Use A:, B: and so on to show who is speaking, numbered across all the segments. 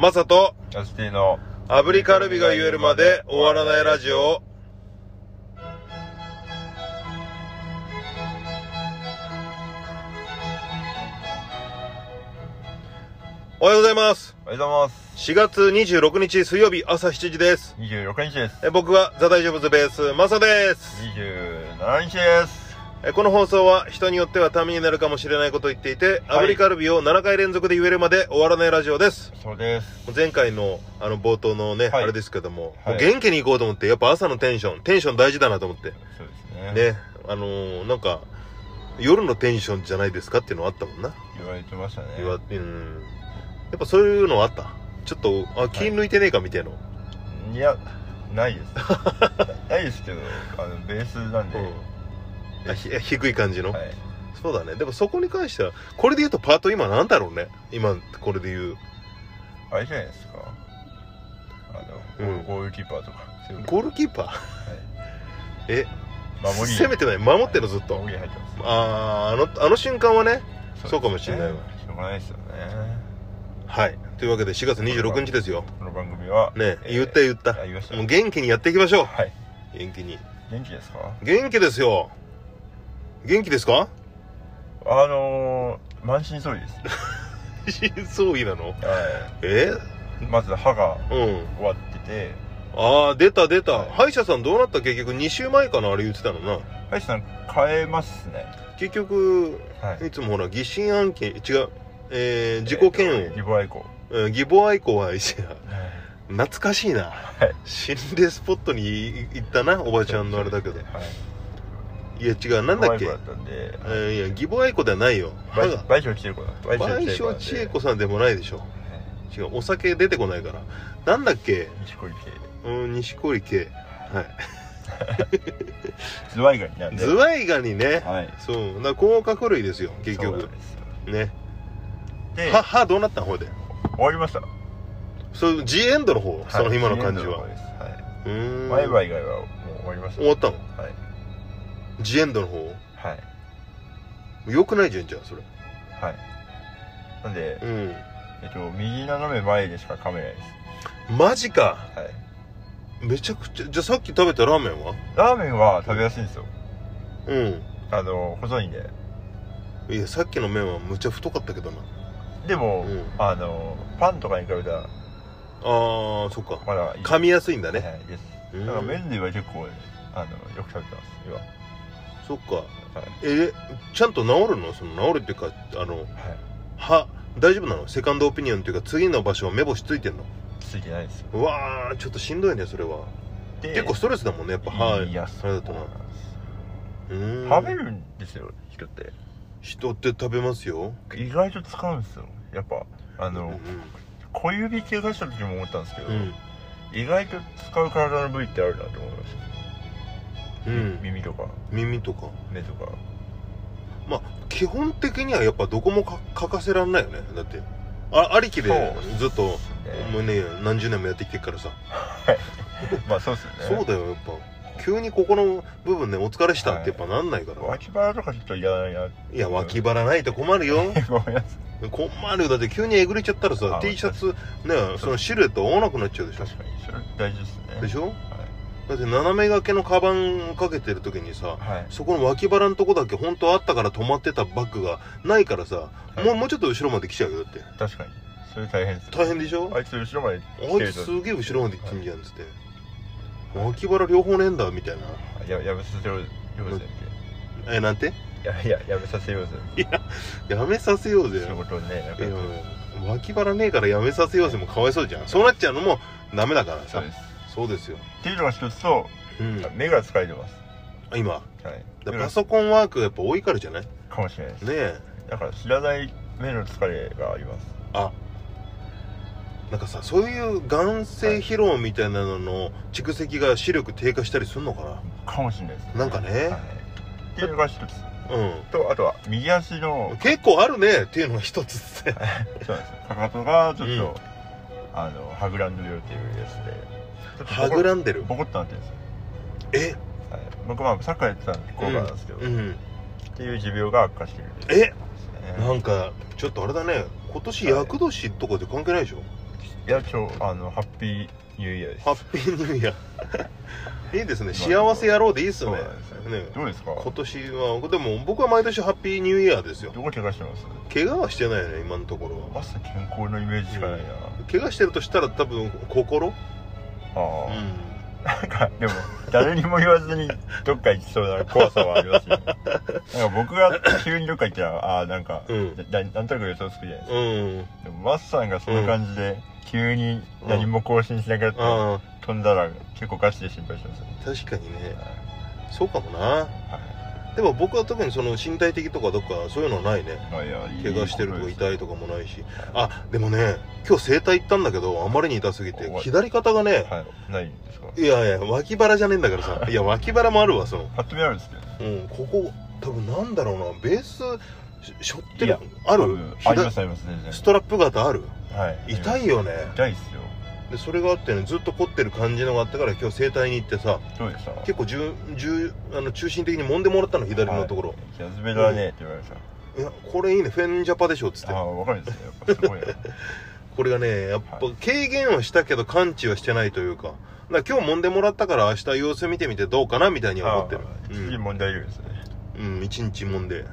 A: マサと
B: キャスティの
A: 炙りカルビが言えるまで終わらないラジオ。おはようございます。
B: おはようございます
A: 4月26日水曜日朝7時です。
B: 26日です
A: え僕はザ・大丈夫ズベース、マサです。
B: 27日です
A: えこの放送は人によってはためになるかもしれないことを言っていて、
B: は
A: 炙
B: い
A: りカルビを7回連続で言えるまで終わらないラジオです。
B: そうです
A: 前回のあの冒頭のね、
B: はい
A: あれですけども、
B: は
A: も
B: い
A: う元気に行こうと思ってやっぱ朝のテンションテンション大事だなと思って
B: そうですね
A: ねあのーなんか夜のテンションじゃないですかっていうのあったもんな、
B: 言われてましたね
A: 言わうんやっぱそういうのあったちょっとあ気抜いてねえかみたいな、
B: いやないです ないですけどあのベースなんで、
A: うんあひ低い感じの、
B: はい
A: そうだねでもそこに関してはこれで言うとパート今なんだろうね今これで言う
B: あれじゃないですかあの、
A: うん
B: ゴールキーパーとかそういうの
A: ゴールキーパーえ
B: 守り
A: 攻めてない守ってんのずっと、
B: 守り入ってます
A: あーあのあの瞬間はねそうかもしれないわ
B: しょうがないですよね
A: はいというわけで4月26日ですよ
B: この番組は
A: ね
B: えー
A: 言った言った
B: あ言いました
A: もう元気にやっていきましょ
B: はいう
A: 元気に
B: 元気ですか
A: 元気ですよ元気です か
B: あのー、満身創痍です
A: 真相違なの
B: は
A: え
B: いまず歯が
A: うん
B: 終わってて
A: ああ出た出た
B: はい
A: 歯医者さんどうなった結局2週前かなあれ言ってたのな
B: 歯医者さん変えますね
A: 結局
B: はい
A: いつもほら疑心暗鬼違うえー、自己嫌悪、
B: リボアイコ
A: うん義母愛子は医者懐かしいな、
B: い
A: 心霊スポットに行ったなおばちゃんのあれだけど
B: はい
A: いや違うなんだっけ、
B: リボアイコだったんで
A: えーいや義母愛子ではないよ歯
B: 賠
A: が
B: 賠償千恵子だ賠
A: 倍賞千恵子さんでもないでしょ
B: なんでは
A: 違
B: い
A: うお酒出てこないからなんだっけ
B: 錦織系
A: うん錦織圭は
B: ズワイガニなん
A: い
B: で
A: ズワイガニね
B: はい
A: そうだから甲殻類ですよ結
B: そ
A: 局
B: うなんですよ
A: ね
B: で
A: は歯どうなった方で
B: 終わりました
A: そう G エンドの方その今の感じは
B: はいは
A: うーん
B: い前歯以外はもう終わりました
A: 終わったの
B: はい
A: G エンドの方
B: はい
A: よくないじゃんじゃあそれ
B: はいなんで
A: うん
B: えっと右斜め前でしか噛めないです
A: マジか
B: はい
A: めちゃくちゃじゃあさっき食べたラーメンは
B: ラーメンは食べやすいんですよ
A: う
B: あの細いんで
A: んいやさっきの麺はむちゃ太かったけどな
B: でも、
A: うん
B: あのパンとかに比べたら
A: あーそっか
B: まだいい
A: 噛みやすいんだね
B: はいです
A: うん
B: だから麺類は結構あのよく食べてます今は
A: そっかえちゃんと治るのその治るっていうかあの
B: い、は
A: 歯大丈夫なのセカンドオピニオンっていうか次の場所は目星ついてんの
B: い、ついてないですよ
A: うわーちょっとしんどいねそれは
B: で
A: 結構ストレスだもんねやっぱ歯
B: いや
A: そ
B: そう
A: れ
B: な
A: だ
B: んで
A: とな
B: す
A: うーん
B: 食べるんですよ人って
A: 人って食べますよ
B: 意外と使うんですよやっぱあ
A: うん
B: の小指怪我した時も思ったんですけど、
A: うん
B: 意外と使う体の部位ってあるなと思いまし
A: う
B: た、
A: ん
B: 耳とか
A: 耳とか
B: 目とか
A: 基本的にはやっぱどこもか欠かせらんないよねだってあありきで
B: そう
A: ずっと
B: ね
A: もうね何十年もやってきてるからさ
B: まあそうですよね
A: そうだよやっぱ急にここの部分ねお疲れしたってやっぱなんないから、
B: 脇腹とかちょっといらないない
A: や、脇腹ないと困る よ。
B: ごめんなさい
A: 困るよ。だって急にえぐれちゃったらさ
B: あ、
A: T シャツ、ね、そのシルエット合わなくなっちゃうでしょ
B: 確。かにそれ大事ですね
A: でしょ
B: は
A: だって斜め掛けのカバンかけてる時にさ、
B: い、はい
A: そこの脇腹のとこだけ本当あったから止まってたバッグがないからさ、
B: はい
A: もうもうちょっと後ろまで来ちゃうよだって。
B: 確かにそれ大変ですね
A: 大変でしょ
B: あいつ後ろまで
A: あいつすげえ後ろまで来てんじゃんっつって。脇腹両方ねえんだみたいな。
B: いややめさせようようぜっ
A: え、なんて
B: ていやいややめさせようぜ
A: やめさせようぜ
B: 仕。事ねなん
A: い
B: か
A: や脇腹ねえからやめさせようぜもかわいそうじゃん。そうなっちゃうのもダメだから
B: そ
A: さ
B: うで。す
A: そうですよ。
B: っていうのが一つと
A: うん。
B: 目が疲れてます
A: 今
B: はい
A: だから
B: 目が
A: パソコンワークがやっぱ多いからじゃないね
B: かもしれないです
A: え
B: だから知らない目の疲れがあります
A: あなんかさそういう眼性疲労みたいなのの蓄積が視力低下したりするのか
B: かもしれないです
A: なんかね
B: はいっていうのが一つ
A: なう
B: とあとは右足の
A: ん結構あるねっていうのが一つって
B: そうなんですよかかとがちょっ
A: う
B: と、
A: ん
B: あのはぐらんでるよっていうやつでちょっとボコ
A: はぐらんでる
B: ボコッとなってるんですよ
A: え
B: はい、僕まあサッカーやってたんで福岡なんですけど、
A: う
B: っ
A: ん
B: ていう持病が悪化してるんです
A: え
B: ね
A: なんかちょっとあれだね今年厄年とかって関係ないでしょ
B: いや今日あのハッピーニューイヤーです
A: ハッピーニューイヤ ーいいですね幸せ野郎でいいっす
B: そう
A: ね
B: なんですよ
A: ね
B: どうですか
A: 今年はでも僕は毎年ハッピーニューイヤーですよ
B: どこ怪我してます
A: 怪我はしてないよね今のところは
B: マス健康のイメージしかないな、
A: 怪我してるとしたら多分心うん
B: ああ、なんかでも誰にも言わずにどっか行きそうな怖さはありますよ、ね、なんか僕が急にどっか行ったらああなんか、
A: うん
B: だなんとなく予想つくじゃないです
A: うん
B: かでもマスさんがその感じで急に何も更新しなかった、
A: ああ
B: 飛んだら結構ガチで心配しますよね、
A: 確かにねそうかもな
B: は
A: でも僕は特にその身体的とかどっかそういうのはないね
B: いまあいやいい
A: 怪我してるとか痛い
B: こ
A: か
B: と
A: もないしあでもね今日整体行ったんだけどあまりに痛すぎて
B: おい
A: 左肩がね
B: とですはいないんですか
A: いやいや脇腹じゃねえんだからさいや脇腹もあるわその
B: パッと見あるんですけど
A: うんここ多分なんだろうなベースししょって
B: い
A: る
B: や
A: あ
B: 多
A: る
B: 分ありますあります全然
A: ストラップ型ある
B: はい
A: 痛いよね
B: 痛いっすよ
A: でそれがあってねずっと凝ってる感じのがあったから今日整体に行ってさ
B: どうでした
A: 結構じゅうじゅうあの中心的に揉んでもらったの左のところ、
B: ジャズベだねって言われまし
A: い、やこれいいねフェンジャパでしょっつったて
B: ああ分かるんですねやっぱすごいな
A: これがねやっぱ
B: は
A: 軽減はしたけど完治はしてないというかだから今日揉んでもらったから明日様子見てみてどうかなみたい には思ってる
B: ああ次問題いるんですね
A: うん、うん、一日揉んで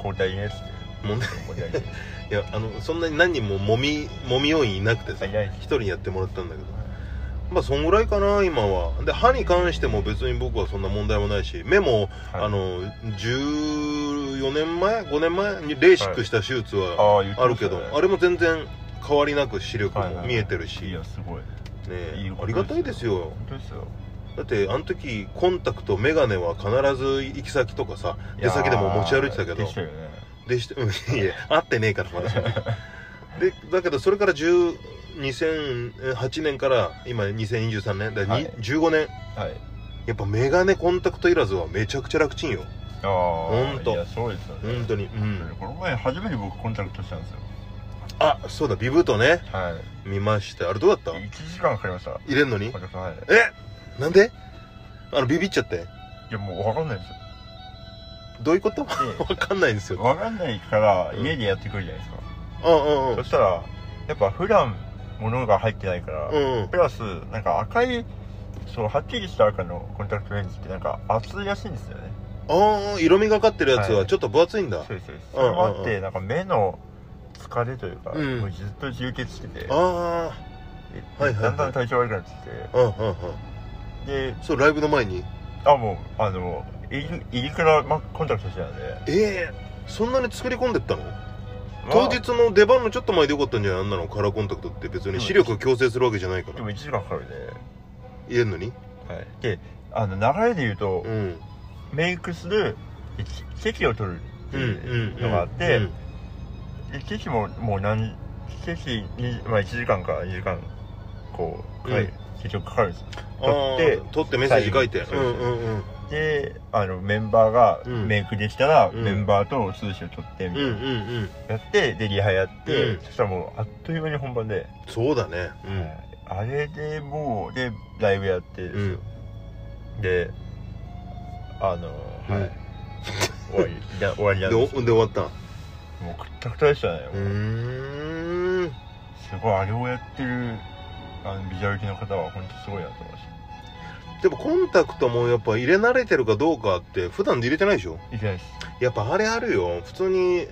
B: 問題交代ねっつって
A: 揉んで
B: 問題ね
A: いやあのそんなに何人も揉み揉み要員いなくてさ
B: いない
A: 一人やってもらったんだけどまあそんぐらいかな今はで歯に関しても別に僕はそんな問題もないし目も、
B: はい
A: あの14年前5年前にレーシックした手術は、
B: ああ言って
A: あ
B: ま
A: る
B: し
A: け
B: たね
A: ど、あれも全然変わりなく視力
B: はいはい
A: も
B: はい
A: 見えてるし、
B: いやすごいいい
A: ね
B: こ
A: あ
B: と
A: りがたいですよ
B: 本当ですよ
A: だってあの時コンタクトメガネは必ず行き先とかさ出先でも持ち歩いてたけ
B: や
A: ど
B: ーでしたよね
A: でしてうんいや合ってねえからまだそれでだけどそれから10 2008年から今2023年だからに
B: はい
A: 15年
B: はい
A: やっぱメガネコンタクトいらずはめちゃくちゃ楽ちんよ
B: ああほ
A: んと
B: いやそうですよね
A: 本当にうん
B: この前初めて僕コンタクトしたんですよ
A: あそうだビブートね
B: はい
A: 見ましたあれどうだった入
B: 1時間かかりましたこ
A: れんのに
B: れはい
A: えなんであのビビっちゃって
B: いやもう分かんないですよ
A: どういうこと わかんないんですよ
B: 分かんないから
A: うん
B: 家でやってくるじゃないですか、
A: うんうんうん
B: そしたらやっぱ普段物が入ってないから、
A: うんうん
B: プラスなんか赤いそうはっきりした赤のコンタクトレンズってなんか厚いらしいんですよね
A: ああ色味がかってるやつ
B: は
A: はいちょっと分厚いんだ、
B: そうですそうです
A: う
B: そ
A: んうんうん
B: れもあってなんか目の疲れというか、
A: うん
B: もうずっと充血してて
A: あ
B: で
A: はいはいはい
B: だんだん体調悪くなってき
A: あうんうんうん
B: てで
A: そうライブの前に
B: あもうあの入り入りから、ま、コンタクトしてたんで、
A: ええそんなに作り込んでったの、
B: まあ
A: 当日の出番のちょっと前でよかったんじゃないあんなのカラーコンタクトって別
B: う
A: に
B: ん
A: 視力を強制するわけじゃないか
B: で
A: ら
B: も1時間かかるね
A: 言えんのに
B: はい、であの流れで言うと、
A: うん
B: メイクするでチ席を取るって
A: うん
B: いううんのがあって、
A: うん
B: で席ももう何席に、まあ、1時間か2時間こう、
A: うん
B: はい、席をかかるんですよ
A: あ
B: 取
A: ー
B: って
A: 撮ってメッセージ書いて
B: 最後に
A: うんうんうん
B: であのメンバーが
A: うん
B: メイクできたら、
A: うん
B: メンバーと通信を取ってみ
A: う
B: た
A: ん
B: いな、
A: うんうん
B: やってでリハやって、
A: うん
B: そしたらもうあっという間に本番で、
A: そうだね
B: あれでもうでライブやってですよ、であのはい、終わりだ終わり
A: う
B: なんん
A: でお
B: です
A: で終わった
B: もうくったくたでしたね、
A: うーん
B: すごいあれをやってるあのビジュアル系の方は本当すごいなと思いまし
A: でもコンタクトもやっぱ入れ慣れてるかどうかって普段で入れてないでしょ
B: たいけないです
A: やっぱあれあるよ普通に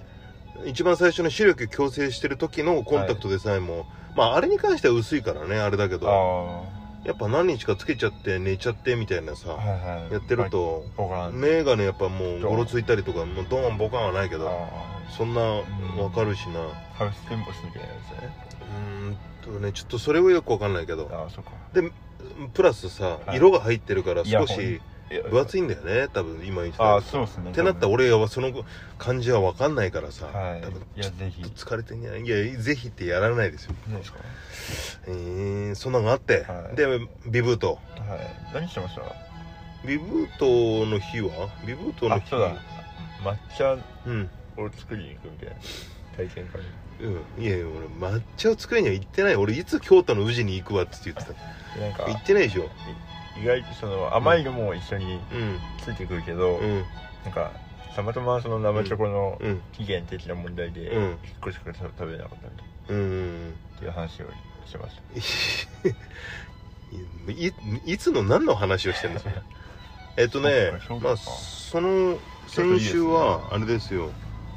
A: 一番最初の視力矯正してる時のコンタクトでさえも、まああれに関しては薄いからねあれだけ
B: あ
A: ど
B: あは
A: やっぱ何日かつけちゃって寝ちゃってみたいなさ、
B: いはい
A: やってると
B: ボカン
A: 目がねやっぱもう
B: どう
A: ゴロついたりとかもうドーンボカンはないけど
B: あ
A: そんなわかるしなう
B: あハウステンポしなきゃいけないですね
A: ーんとねちょっとそれはよくわかんないけど
B: ああそっか
A: プラスさ、
B: はい
A: 色が入ってるから
B: い
A: 少
B: やほん
A: し
B: いや
A: 分厚いんだよね多分今言ってた
B: あ
A: や
B: あ
A: つ
B: そうですね
A: ってなったら俺はその感じは分かんないからさ、
B: はい
A: 多分
B: いやぜひ
A: ちょっと疲れてんじゃないいやぜひってやらないですよ
B: いいですか
A: えー、そんなのがあって、
B: はい
A: でビブート
B: はい何してました
A: ビブートの日はビブートの
B: あ
A: 日
B: そうだ抹茶
A: うん
B: を作りに行くみたいな体験会
A: うん、いやいや俺抹茶を作りには行ってない俺いつ京都の宇治に行くわっつって言って
B: なん
A: た
B: か
A: 行ってないでしょ
B: 意外とその甘いのも一緒に
A: うん
B: ついてくるけど、
A: うん
B: なんかたまたまその生チョコの
A: うん
B: 期限的な問題で
A: うん
B: 1個しか食べれなかったみたい
A: うん
B: っていう話をしました
A: い いつの何の話をしてるんです かえっとね
B: そうかそうか
A: まあその先週はあれですよ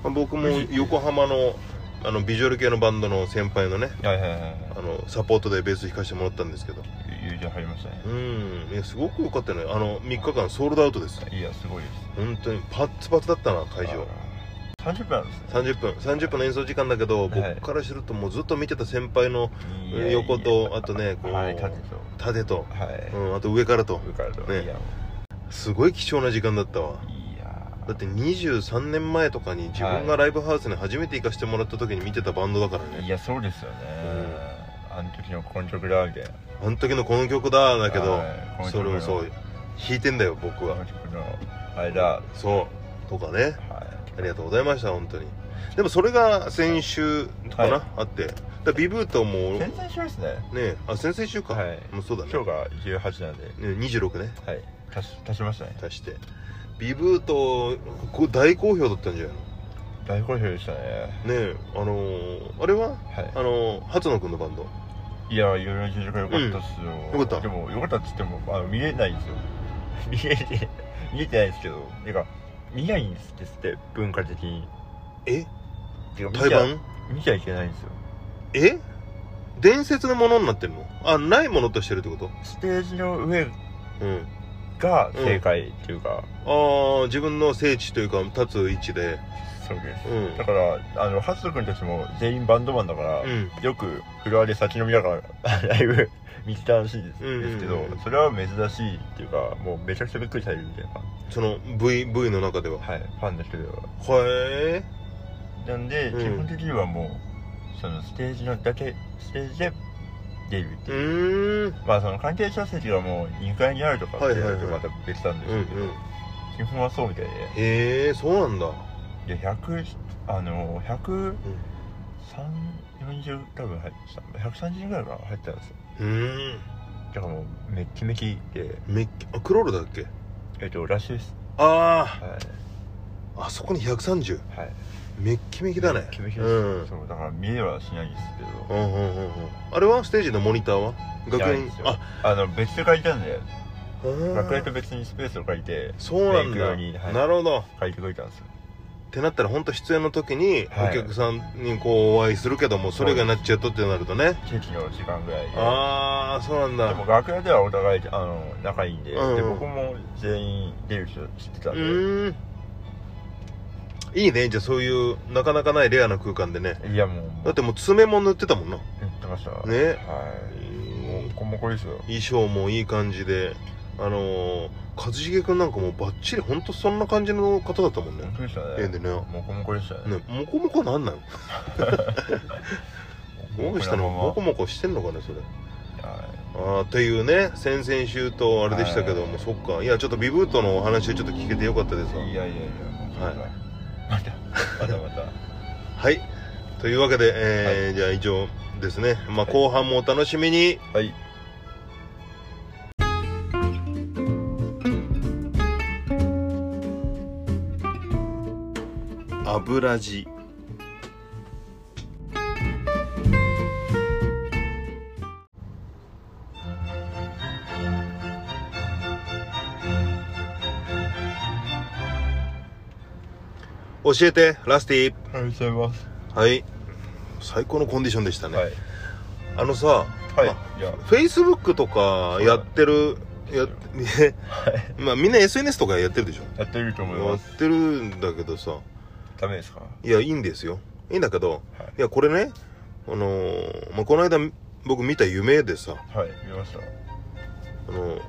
A: まあ僕も横浜のあのビジュアル系のバンドの先輩のね
B: はいはいはいはい
A: あのサポートでベース弾かせてもらったんですけど
B: 友情入りましたね
A: うんいやすごく良かったねあの3日間ソールドアウトです
B: いやすごいです
A: 本当にパッツパツだったな会場
B: あー30分あるんですね
A: 30分30分の演奏時間だけど
B: はい
A: 僕からするともうずっと見てた先輩の
B: いやいや
A: 横とあとねこう
B: はい縦と
A: 盾と、
B: はい
A: うん、あと上からと
B: 上からと
A: ね
B: いや
A: すごい貴重な時間だったわ
B: いや
A: だって23年前とかに自分がライブハウスに初めて行かせてもらった時に見てたバンドだから
B: い
A: ね
B: やそうですよねあの時の根性だみたいな
A: あの時のこの曲だだけど
B: はいこの
A: そ
B: 曲
A: れ
B: の
A: もそう弾いてんだよ僕
B: こ
A: は
B: の曲のあれだは
A: そうとかね
B: い
A: ありがとうございました本当にでもそれが先週とかな、
B: はい
A: あってだからビブートも
B: 全然一緒ですね
A: ねあ先々週か、
B: はい
A: もうそうだね
B: 今日が18なんで
A: ね26ね
B: はい足し足しましたね
A: 足してビブートこう大好評だったんじゃない
B: 大好評でしたね
A: のねえあのーあれは
B: はい
A: あのー初野くんのバンド
B: いや、いろいろ事情が良かったっすよ。
A: うん良かった
B: でも、良かったっつっても、あの見えないんですよ。 見えて、見えてないんですけど、てか、見ないんですって、文化的に。
A: え
B: てか見
A: 対
B: ちゃ
A: バン
B: 見ちゃいけないんですよ。
A: え伝説のものになってるのあないものとしてるってこと
B: ステージの上
A: うん
B: が正解っていうか、
A: ああ自分の聖地というか立つ位置で
B: そうです。
A: うん
B: だから、あの、ハツト君たちも全員バンドマンだから、
A: うん
B: よくフロアで先飲みながら ライブ見てたらしいです,、
A: うんうんうん
B: ですけど、それは珍しいっていうか、もうめちゃくちゃびっくりされるみたいな、
A: その VV の中では
B: はい、ファンの人では。
A: へえ
B: なんで、
A: うん
B: 基本的にはもうそのステージのだけステージで出るって
A: う
B: いう、
A: ーん
B: まあその関係者席がもう2階にあるとかって
A: はいいうはいはい
B: のとまた別なんで
A: うんう
B: すけど、
A: ん
B: 基本はそうみたい
A: へえそうなんだ
B: でで100あの140
A: うん
B: 多分入った130人ぐらいが入ってたんですよ
A: うーん
B: だからもうめっきめきで
A: めっきあクロールだっけ
B: えっとラッシュです
A: あ
B: は
A: ああそこに130
B: いはい
A: めっきめきだね
B: めっきめきです、
A: うん
B: そうだから見えはしないんですけ
A: う
B: ど
A: んうんうんうんあれはステージのモニターは学
B: ないん
A: 園
B: ですよ
A: あ
B: あの別で借りたんで
A: あー
B: 楽屋と別にスペースを借りて
A: そうなん
B: 行く
A: だ、
B: ようにはい
A: なるほどっ
B: 借りてくれたんですよ
A: てなったら本当出演の時に
B: はい
A: お客さんにこうお会いするけどもそれがなっちゃうとってなるとね
B: ケーキの時間ぐらいで
A: ああそうなん
B: で
A: だ
B: も楽屋ではお互いあの仲いいんで,、
A: うん
B: で僕も全員出る人知ってたん
A: う
B: で、
A: ーんいいねじゃあそういうなかなかないレアな空間でね
B: いやもう
A: だってもう爪も塗ってたもんな
B: 言ってましたね
A: ね
B: はいもうこもこですよ
A: 衣装もいい感じであのー、一茂君なんかもうバッチリ本当そんな感じの方だったもんね
B: 本当でしたね、
A: ええんでね
B: もこもこでしたね
A: ねモコモコなんなんモコしたのモコ
B: も
A: モコしてんのかねそれ
B: は
A: ああというね先々週とあれでしたけども、
B: はい
A: そっかいやちょっとビブートのお話をちょっと聞けてよかったですわ
B: い、いやいやいや
A: は
B: またまたまた
A: はいというわけで、えーじゃあ以上ですね、まあ、
B: はい
A: 後半もお楽しみに
B: はい
A: 油地教えてラスティ
B: ありがとうございます
A: はい最高のコンディションでしたね、
B: はい
A: あのさ
B: はい、
A: ま
B: いや
A: フェイスブックとかやってる
B: そう
A: や
B: だね
A: まあみんな SNS とかやってるでしょ
B: やってると思い
A: や
B: ま
A: っ
B: す
A: てるんだけどさ
B: ダメですか
A: いやいいんですよいいんだけど、
B: はい
A: い、やこれねあのーまあ、この間僕見た夢でさ、
B: はい見ました
A: あのー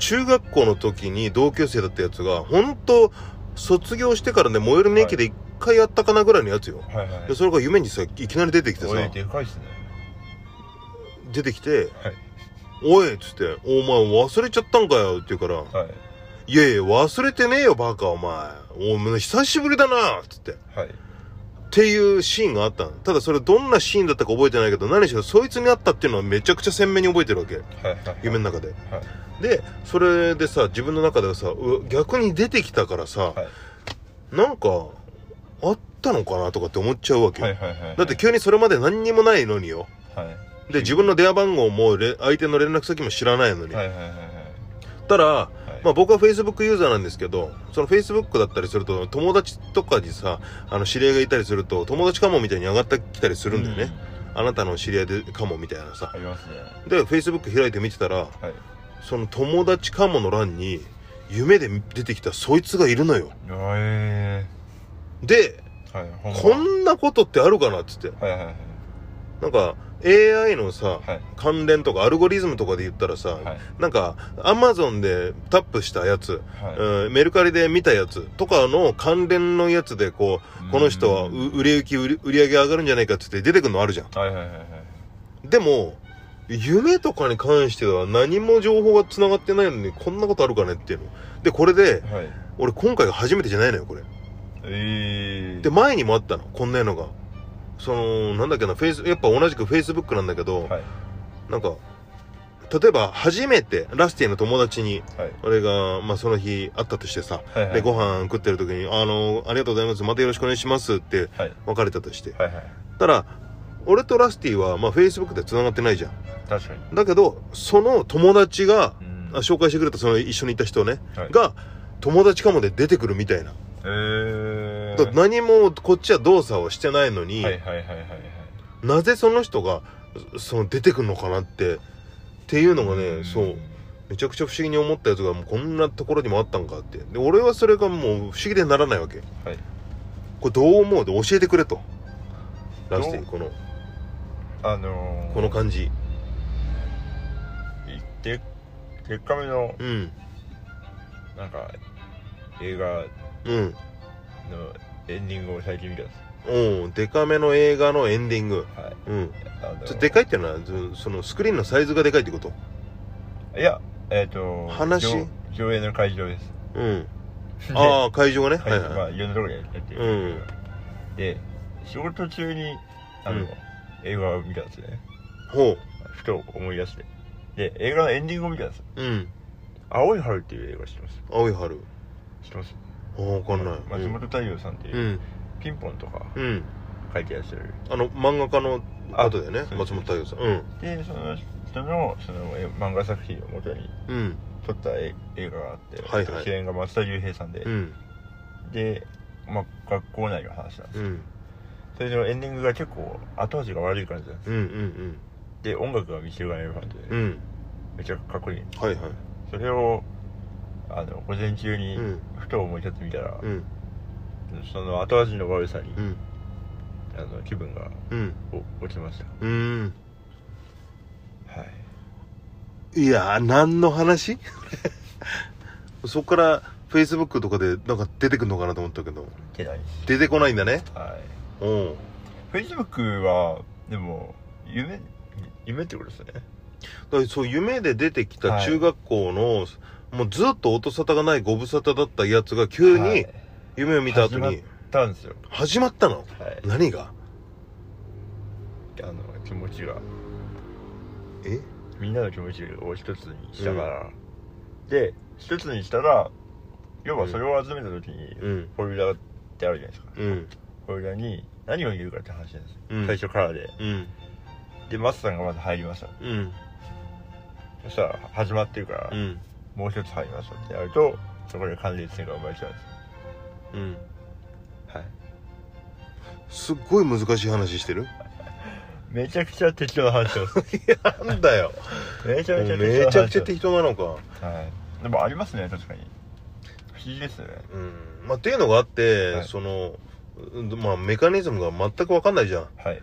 A: 中学校の時に同級生だったやつが本当卒業してからね最寄りの駅で一回やったかなぐらいのやつよ、
B: はいはい
A: でそれが夢にさいきなり出てきてさ
B: おいでかいっすね
A: 出てきて
B: はい
A: 「おい」っつって「お前忘れちゃったんかよ」って言うから
B: はい
A: いやいや、忘れてねえよ、バカ、お前。お前、久しぶりだな、つって。っ
B: はい
A: ていうシーンがあったの。ただそれどんなシーンだったか覚えてないけど、何しろそいつに会ったっていうのはめちゃくちゃ鮮明に覚えてるわけ。
B: はいはいはい
A: 夢の中で。
B: はい
A: で、それでさ、自分の中ではさ、うわ逆に出てきたからさ、
B: はい
A: なんか、あったのかなとかって思っちゃうわけよ。
B: はいはいはいはい
A: だって急にそれまで何にもないのによ。
B: はい
A: で自分の電話番号もれ相手の連絡先も知らないのに、
B: はいはいはいはい
A: たら、
B: はい
A: まあ、僕は Facebook ユーザーなんですけどその Facebook だったりすると友達とかにさあの知り合いがいたりすると友達かもみたいに上がってきたりするんだよね、あなたの知り合いでかもみたいな
B: うん
A: さ
B: ありますね
A: で Facebook 開いて見てたら
B: はい
A: その友達かもの欄に夢で出てきたそいつがいるのよ
B: え
A: で
B: えはいほんま
A: こんなことってあるかなっつって
B: はいはいはい
A: なんか AI のさ、
B: はい
A: 関連とかアルゴリズムとかで言ったらさ、
B: はい
A: なんか Amazon でタップしたやつ、
B: は
A: うんメルカリで見たやつとかの関連のやつでこ
B: いう
A: この人はう
B: うん
A: 売れ行き売り売り上げ上がるんじゃないかっつって出てくるのあるじゃん
B: はいはいはいはい
A: でも夢とかに関しては何も情報が繋がってないのにこんなことあるかねっていうのでこれで
B: はい
A: 俺今回が初めてじゃないのよこれ
B: ええ
A: で前にもあったのこんなのがそのなんだっけなフェイスやっぱ同じくフェイスブックなんだけど、
B: はい
A: なんか例えば初めてラスティの友達に
B: はい
A: 俺が、まあ、その日会ったとしてさ、
B: はいはい
A: でご飯食ってる時に「あのありがとうございますまたよろしくお願いします」って
B: はい
A: 別れたとして、
B: はいはい
A: たら俺とラスティは、まあ、Facebook で繋がってないじゃん
B: 確かに
A: だけどその友達が、
B: うん
A: あ紹介してくれたその一緒にいた人ね、
B: はい
A: が友達かもで出てくるみたいな、
B: ええ
A: だから何もこっちは動作をしてないのに、
B: はいはいはいはいはい
A: なぜその人がそその出てくるのかなってっていうのがね、
B: ん
A: そうめちゃくちゃ不思議に思ったやつがもうこんなところにもあったんかってで俺はそれがもう不思議でならないわけ
B: はい
A: これどう思うで教えてくれとラスティ
B: ど
A: この
B: あのー
A: この感じ
B: ででっかめの
A: うん
B: なんか映画
A: うん
B: のエンディングを最近見たんです
A: おうデカめの映画のエンディング
B: はい
A: うん
B: あの
A: ちょでかいってのはずそのスクリーンのサイズがでかいってこと
B: いやえっ、と
A: 話
B: 上上映の会場です
A: うんああ会場がねは
B: で会
A: い
B: 場ま
A: は
B: あいろんなとこでやってるんですけど
A: うん
B: で仕事中にあの、
A: うん
B: 映画を見たんですね
A: いほ
B: ふと思い出してで映画のエンディングを見たんです
A: ううん
B: 「青い春」っていう映画知ってます
A: 青い春
B: 知ってます
A: ああ分かんない
B: 松本太陽さんっていう、
A: うん
B: ピンポンとか
A: うんうん
B: 書いてらっしゃる
A: あの漫画家の後だよね
B: あ
A: 松本太陽さんうん
B: でその人のそのえ漫画作品を元に
A: うん
B: 撮ったえ映画があって、
A: はいはい
B: 主演が松田龍平さんで、
A: うん
B: で、まあ、学校内の話なんです、
A: うん
B: それでエンディングが結構後味が悪い感じなんです
A: うんうん
B: で音楽が見せがれる感じで、
A: うんうん
B: めちゃかっこいい
A: はいはい
B: それをあの午前中に
A: うん
B: ふと思い立ってみたら、
A: うん
B: その後味の悪さに、
A: うん
B: あの気分が
A: うん
B: お落ちまし
A: うーん
B: たはい
A: いやー何の話 そっからフェイスブックとかでなんか出てくるのかなと思ったけど
B: 出ないです
A: 出てこないんだね
B: は
A: おう
B: い Facebook はでも夢夢ってことですね
A: だからそう夢で出てきた
B: はい
A: 中学校の、もうずっと音沙汰がないご無沙汰だったやつが急
B: は
A: に
B: い
A: 夢を見た後
B: 始
A: に
B: まったんですよ
A: 始まったの
B: はい
A: 何が
B: あの気持ちが
A: え
B: みんなの気持ちを一つにしたから、で一つにしたら要はそれを集めた時に、
A: うん
B: フォルダってあるじゃないですか
A: うん
B: フォルダに何を言うかって話なんですよ、
A: うん
B: 最初からで
A: うん
B: でマスさんがまず入りました
A: うん
B: そしたら始まってるから、
A: うん
B: もう一つ入りましたってやるとそこで関連性が生まれちゃうんです
A: うん
B: はい
A: すっごい難しい話して る
B: めちゃくちゃ適当な話をす る
A: なんだよ
B: めちゃめちゃ
A: めちゃくちゃ
B: 適
A: 適当なのか
B: 当な話をするはいでもありますね確かに不思議ですよね
A: うんまあ、っていうのがあって、
B: はい
A: その、うんまあ、メカニズムが全く分かんないじゃん
B: はい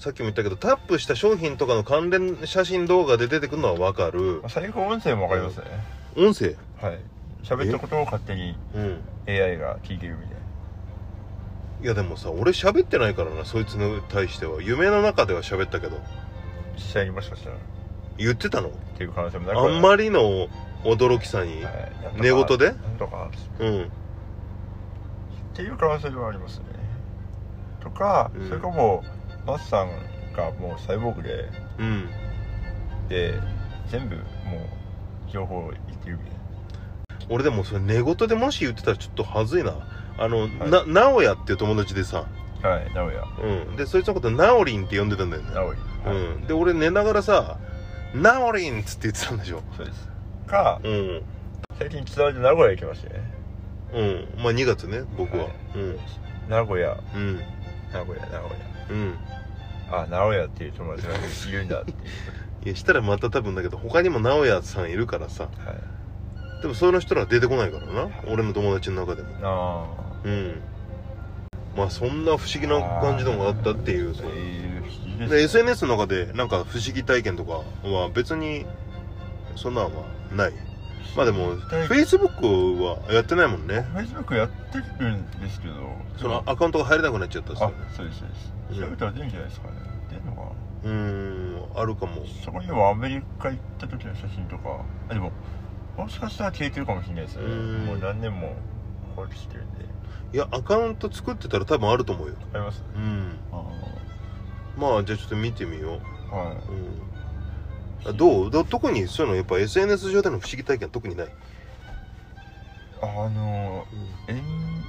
A: さっきも言ったけどタップした商品とかの関連写真動画で出てくるのは分かる
B: まあ最高音声もわかりますね、
A: 音声
B: はい喋ったことを勝手に
A: うん
B: AI が聞いてるみたい
A: いやでもさ俺喋ってないからなそいつに対しては夢の中では喋ったけど
B: な実際にもしかしたらっ
A: 言ってたの
B: ていう可能性もなく
A: あ
B: はない
A: んまりの驚きさに、
B: はいなんとか
A: 寝言で
B: なんとか
A: うん
B: っていう可能性もありますねとか、
A: うん
B: それかもうマスさんがもうサイボーグで
A: うん
B: で全部もう情報を言ってるみたい
A: 俺でもそれ寝言でもし言ってたらちょっとはずいなあの、
B: い
A: な直哉っていう友達でさ、
B: なはい名古屋
A: うん、でそいつのことナオリンって呼んでたんだよね
B: 名古はい
A: うん、で俺寝ながらさ「ナオリン!」っつって言ってたんでしょ
B: そうですか、
A: うん
B: 最近伝われて名古屋行きましたね
A: うんまあ2月ね僕は、
B: はい
A: うん
B: 名古屋
A: うん
B: 名古屋名古
A: うん
B: 屋あ名古屋っていう友達がいるんだっていう
A: いやしたらまた多分だけど他にも直哉さんいるからさ
B: はい
A: でもその人らは出てこないからな俺の友達の中でも
B: あ
A: うんまあそんな不思議な感じのがあったっていう
B: あ
A: そ
B: そう
A: う
B: いう不思議です
A: で SNS の中でなんか不思議体験とかは別にそんなんはないまあでも
B: 不思議体験
A: Facebook はやってないもんね
B: Facebook やってるんですけど
A: そのアカウントが入れなくなっちゃったっすよ
B: あ
A: ね
B: そうですそう
A: うん
B: です調べたら出るんじゃないですかね出るのかな
A: うーんあるかも
B: そこにはアメリカ行った時の写真とかあでももしかしたら消えてるかもしれないですね
A: うん
B: もう何年も放置してるんで
A: いやアカウント作ってたら多分あると思うよ
B: あります
A: うん
B: あ
A: まあじゃあちょっと見てみよ
B: あは
A: う、うん、あどうど特にそういうのやっぱ SNS 上での不思議体験は特にない、
B: いあの炎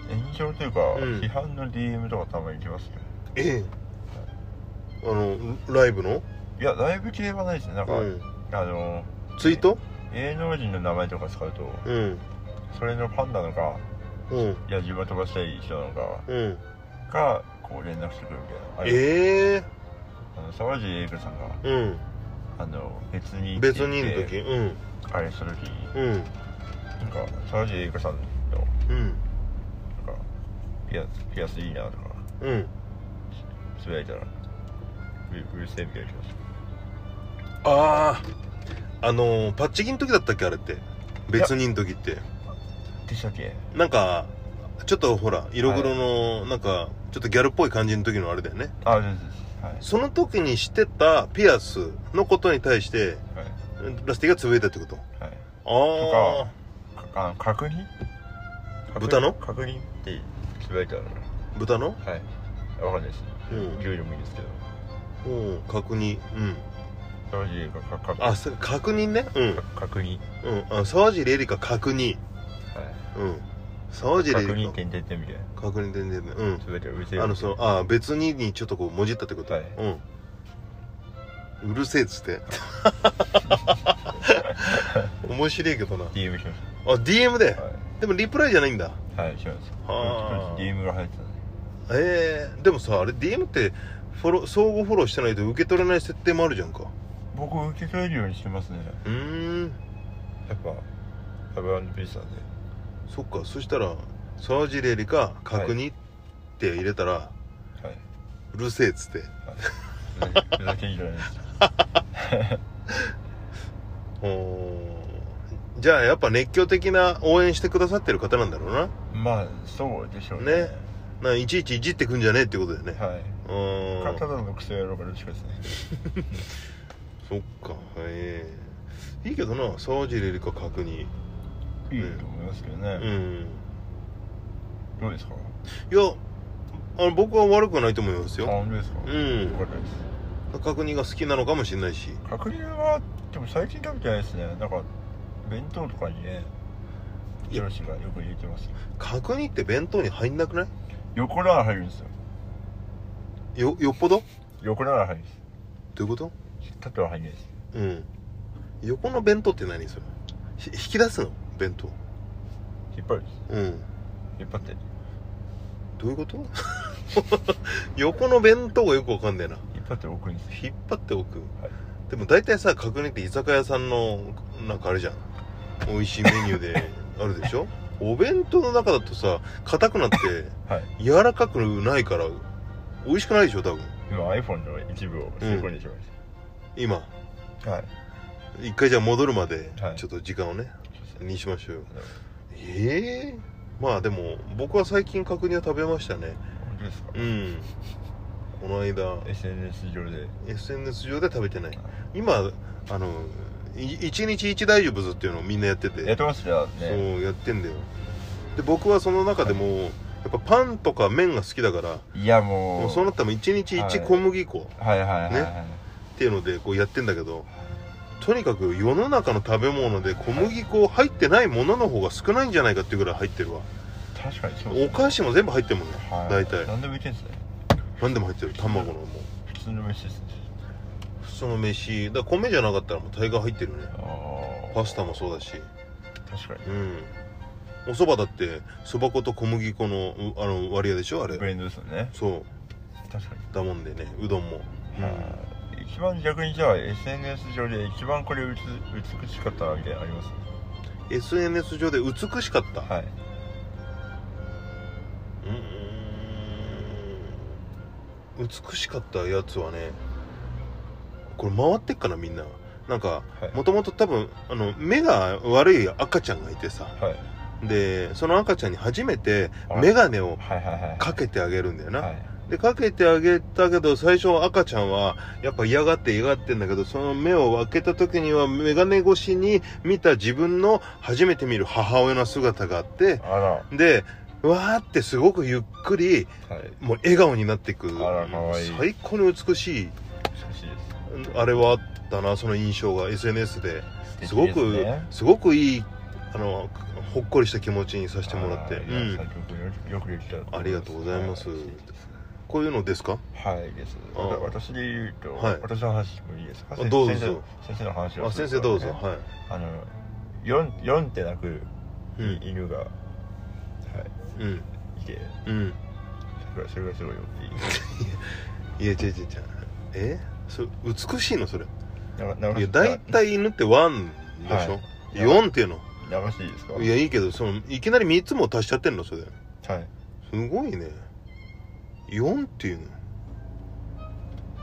B: 炎上というか、
A: うん
B: 批判の DM とかたまに来ますね
A: ええあのライブの、
B: いやライブ系はないですねなんか、
A: うん
B: あの
A: ツイート
B: 芸能人の名前とか使うと
A: うん
B: それのファンなのか
A: うん
B: いや自分飛ばしたい人なのか
A: うん
B: がこう連絡してくるみたいなあれ
A: ええ
B: あの沢尻エイクさんがあの別に
A: う
B: っ
A: ん
B: て
A: 別
B: 言っ
A: に
B: て
A: の時うん
B: あれした時に
A: うん
B: なんか沢尻エイカさんのなん
A: うん
B: かピアピアスいいなとか
A: うん
B: つぶやいたらううるせえみたいな気がし
A: あああのパッチギの時だったっけあれって別にの時って
B: ますでしたっけ
A: なんかちょっとほら色黒のなんかちょっとギャルっぽい感じの時のあれだよね
B: あそうですそうです
A: その時にしてたピアスのことに対して
B: はいはい
A: ラスティがつぶやいたってこと
B: はい
A: あ
B: かあの角煮
A: 豚の
B: 角煮ってつぶやいたら
A: あ豚の
B: はいわかんないです
A: うん
B: 牛でもいいですけど
A: うん確認うん
B: 沢尻エイカかか
A: あそう確認ねうん
B: か角煮
A: うんあ沢尻エリカ確認
B: は
A: うん沢
B: い
A: 尻エ
B: 角
A: リ
B: 煮
A: カ
B: 点々点みたいな
A: 確認全然ねうん
B: つぶやいたらうるせえ
A: あのそうああ別ににちょっとこうもじったってこと、
B: はい
A: うんうるせえっつって 面白いけどな
B: DM しまし
A: あ DM で
B: たは
A: でもリプライじゃないんだ
B: いはいします
A: はあ
B: DM が入ってたんで
A: ええでもさあれ DM ってフォロー相互フォローしてないと受け取れない設定もあるじゃんか
B: 僕受け取れるようにしてますね
A: うーん
B: やっぱラブピースなんで
A: そっかそしたら沢尻エリか角煮って入れたら、
B: はいう
A: るせえっつって
B: ふざけんじゃないです
A: おーじゃあやっぱ熱狂的な応援してくださってる方なんだろうな
B: まあそうでしょう
A: ねないちいちいじってくんじゃねえってことだよね
B: は
A: う
B: いか
A: ーん
B: ただのクソ野郎がどっちかですね
A: そっかええいいけどな沢尻エリか角煮
B: いいと思いますけどね、
A: うん
B: どうですか
A: いやあの僕は悪くはないと思います
B: あ
A: よ
B: 本当ですか
A: う
B: よ
A: ん
B: かったです
A: 角煮が好きなのかもしれないし
B: 角煮はでも最近食べてないですねなんか弁当とかにね
A: いや
B: よろしがよく入れてますよ
A: 角煮って弁当に入んなくない
B: 横なら入るんですよ
A: よよっぽど
B: 横なら入るんです
A: どういうこと
B: 縦は入んないです
A: うん横の弁当って何それひ引き出すの弁当
B: 引っ張るんです
A: うん
B: 引っ張って
A: どういうこと 横の弁当がよくわかんねえな
B: 引っ張って置くんですよ
A: 引っ張っておく、
B: はい
A: でも大体さ角煮って居酒屋さんのなんかあれじゃん美味しいメニューで あるでしょお弁当の中だとさ硬くなって
B: はい
A: 柔らかくないから美味しくないでしょ多分
B: 今 iPhone の一部を吸い込んでしまいまし
A: 今
B: た、はい
A: 一回じゃあ戻るまで
B: はい
A: ちょっと時間をね、
B: そうですね
A: にしましょうよ
B: あの
A: ええまあでも僕は最近角煮は食べましたね
B: 本当ですか、
A: うんこの間
B: SNS 上で
A: SNS 上で食べてない今あの1日1大丈夫ずっていうのをみんなやってて
B: やってますよね
A: そうやってんだよで僕はその中でも、やっぱパンとか麺が好きだから
B: いやもう
A: もうそうなったら1日
B: はい
A: 1小麦粉っ
B: はいはいはいはい、
A: ていうのでこうやってんだけど、とにかく世の中の食べ物で小麦粉入ってないものの方が少ないんじゃないかっていうぐらい入ってるわ
B: 確かにそう
A: お
B: ですね
A: 菓子も全部入ってるもんね、
B: はい
A: 大体
B: 何でもいけんですね
A: 何でも入ってる卵のも
B: 普通の飯ですね
A: その飯だから米じゃなかったらもう大概入ってるよね
B: あー
A: パスタもそうだし
B: 確か
A: う
B: に
A: んお蕎麦だって蕎麦粉と小麦粉のうあの割合でしょあれ
B: ブレンドですよね
A: そう
B: 確かに
A: だもんでねうどんも、うん
B: はい一番逆にじゃあ SNS 上で一番これうつ美しかったなみたいなのあります
A: SNS 上で美しかった、
B: はい
A: うーん美しかったやつはねこれ回ってっかなみんななんか
B: はい
A: もともと多分あの目が悪い赤ちゃんがいてさ
B: はい
A: でその赤ちゃんに初めて
B: あ
A: 眼鏡を
B: はいはいはい
A: かけてあげるんだよな、
B: はい
A: でかけてあげたけど最初は赤ちゃんはやっぱ嫌がって嫌がってんだけどその目を開けた時には眼鏡越しに見た自分の初めて見る母親の姿があって
B: あらは
A: でわーってすごくゆっくり
B: い
A: もう笑顔になっていく
B: あらかわいい
A: 最高に美しい
B: 美しいです
A: あれはあったなその印象が SNS で
B: 素敵
A: すごく
B: ですね
A: すごくいいあのほっこりした気持ちにさせてもらって、
B: あ
A: う
B: ーいや
A: ん、
B: 作曲よよくできたと思います
A: ありがとうございます
B: は素敵です
A: こういうのですか
B: はいです
A: あー
B: 私で言うと、
A: はい
B: 私の話もいいですか
A: あどうぞ
B: 先生先生の話を
A: あ
B: する
A: 先生ど
B: と
A: うぞ
B: ね
A: は
B: あの四四ってなく
A: いうん
B: 犬が、は
A: うん
B: い、いて
A: うん
B: それがそれがすごいよくていい
A: いや違う違う違うえそ美しいのそれ
B: なな流
A: いや
B: し
A: 大体犬ってワンでしょ、
B: はい
A: 4っていうの
B: 流していいですか
A: いやいいけどそのいきなり3つも足しちゃってんのそれ
B: はい
A: すごいね4っていう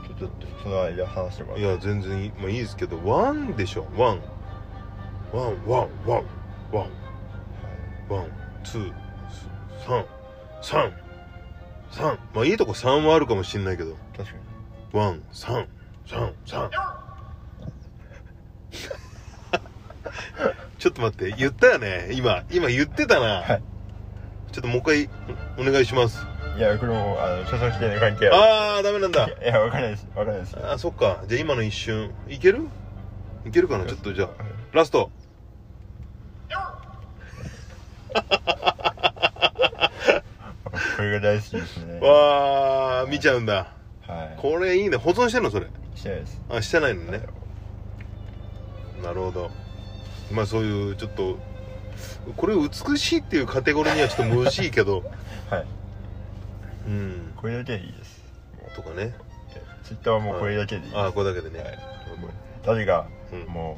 B: ちょちょっとその間話して
A: の
B: もら
A: い
B: って
A: や全然いい,、まあ、いいですけど1でしょ1ワンワンワンワンワンツー三三三まあいいとこ3はあるかもしんないけど
B: 確かに
A: ワン三三 三ちょっと待って言ったよね今今言ってたな、
B: はい
A: ちょっともう一回おお願いします
B: いやこれもあの著作権の関係は
A: ああダメなんだ
B: いやわかんないですわかんないです
A: あそっかじゃあ今の一瞬いけるいけるかなちょっとじゃあ
B: はい
A: ラスト
B: これが大好きですねは
A: わあ見ちゃうんだ
B: い
A: これいいね保存してんのそれ
B: してないです
A: あしてないのねなるほどまあそういうちょっとこれ美しいっていうカテゴリーにはちょっと無しいけ ど
B: はい
A: うん
B: これだけでいいです
A: とかね
B: ツイッターはもうこれだけでいいです
A: ああこれだけで
B: は
A: ね
B: い誰が
A: うん
B: も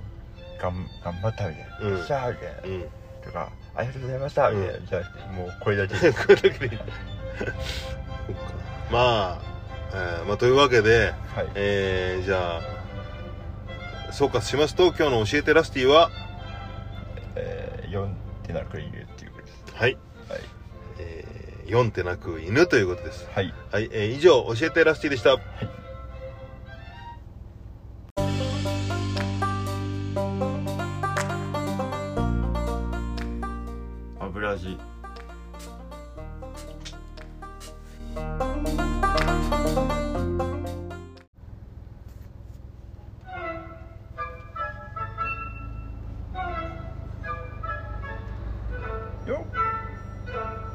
B: うがん頑張ったみたいな「
A: うん
B: よっしゃ」みたいな
A: うん
B: とか「ありがとうございました」みたいなじゃなくてもうこれだけで
A: これだけでいい そっかまあ、えーまあというわけで
B: はい
A: えー、じゃあ総括しますと今日の「教えてラスティは」
B: えー4手なくいるっていうことです
A: はい、
B: はい
A: えー、4手なく犬ということです
B: はい
A: はい、えー以上教えてラスティでした、
B: 油地よっ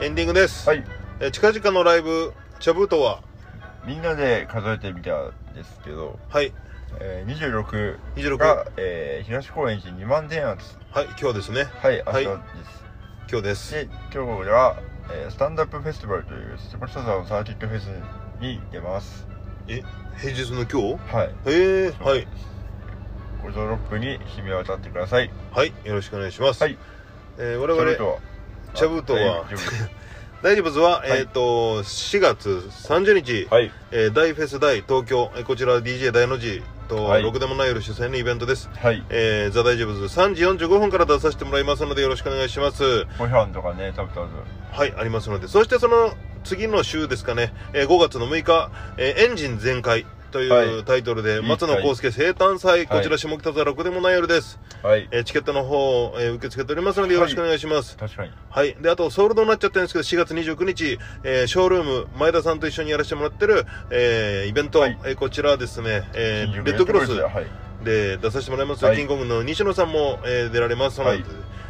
A: エンディングです、
B: はい
A: えー近々のライブチャブートは
B: みんなで数えてみたんですけど、
A: はい
B: えー、
A: 26
B: 26が、えー東高円寺2万点圧
A: はい今日ですね
B: はい明日
A: は
B: で
A: い
B: す、
A: 今日です
B: で今日は、えースタンダップフェスティバルというスポーツサザーのサーキットフェスに出ます
A: 平日の今
B: はい
A: 日へえはい
B: 五臓六腑に日々を当たってください
A: はいよろしくお願いします、
B: はい
A: えー
B: チ
A: 我
B: ャブ
A: 々
B: トは
A: チャブートは
B: あ大丈夫です
A: 大丈夫ズは、
B: い
A: えっ、と4月30日、
B: はい
A: えー大フェス大東京、えーこちらは DJ 大の字と、
B: はい
A: ろくでもない夜主催のイベントです
B: はい
A: えー、ザ・大丈夫ズ3時45分から出させてもらいますのでよろしくお願いします
B: ご飯とかね食べたら
A: はいありますのでそしてその次の週ですかね、えー5月の6日、えーエンジン全開」と
B: はいいう
A: タイトルで、
B: いい
A: 松野
B: はい
A: 康介生誕祭、
B: はい
A: こちら下北沢ろくでもない夜です、
B: はい
A: えーチケットの方、えー受け付けておりますのでよろしくお願いします
B: 確かに
A: はい、であとソールドになっちゃってるんですけど4月29日、えーショールーム前田さんと一緒にやらせてもらってる、えーイベント、
B: はい
A: えーこちらはですね、えー
B: 新宿
A: レッドクロス
B: ではい
A: で出させてもらいます、
B: はい
A: キングコングの西野さんも、えー出られますので、
B: はい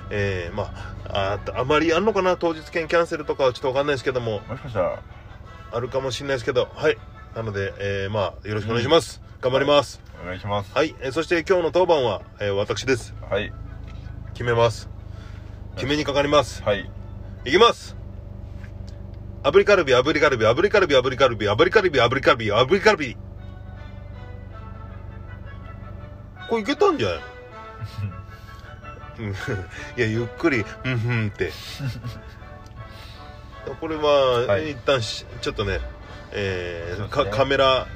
A: えーまあああまりあんのかな当日券キャンセルとかはちょっとわかんないですけども
B: もしかしたら
A: あるかもしれないですけど、はい。なので、えー、まあ、よろしくお願いします。頑張ります。
B: お願いします
A: はい、えーそして今日の当番は、えー私です。
B: はい
A: 決めます。決めにかかります。
B: はい
A: いきます炙りカルビ、炙りカルビ、炙りカルビ、炙りカルビ、炙りカルビ、炙りカルビ、炙りカルビ。これいけたんじゃないうん いや、ゆっくり、うんふんって。これは、
B: はい
A: 一旦し、ちょっとね、えー
B: そうです
A: か
B: ね
A: カメラ、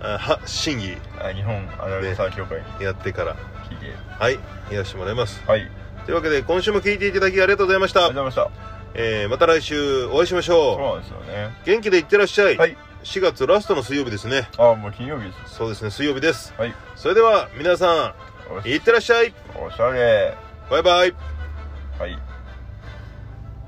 A: あは、審議
B: あ日本アナウンサー協会に
A: やってから、
B: 聞いて
A: はい、やらせてもらいます。
B: はいあり
A: というわけで、今週も聞いていただきありがとうございまし
B: がと
A: た
B: うご。ざいました
A: えーまた来週お会いしましょう
B: そう。なんですよね
A: 元気でいってらっしゃい、
B: はい
A: 4月ラストの水曜日ですね
B: あもう金曜日です
A: そうですね水曜日です
B: はい
A: それでは皆さん
B: おし
A: いってらっしゃい
B: おしゃれ
A: バイバイ
B: はい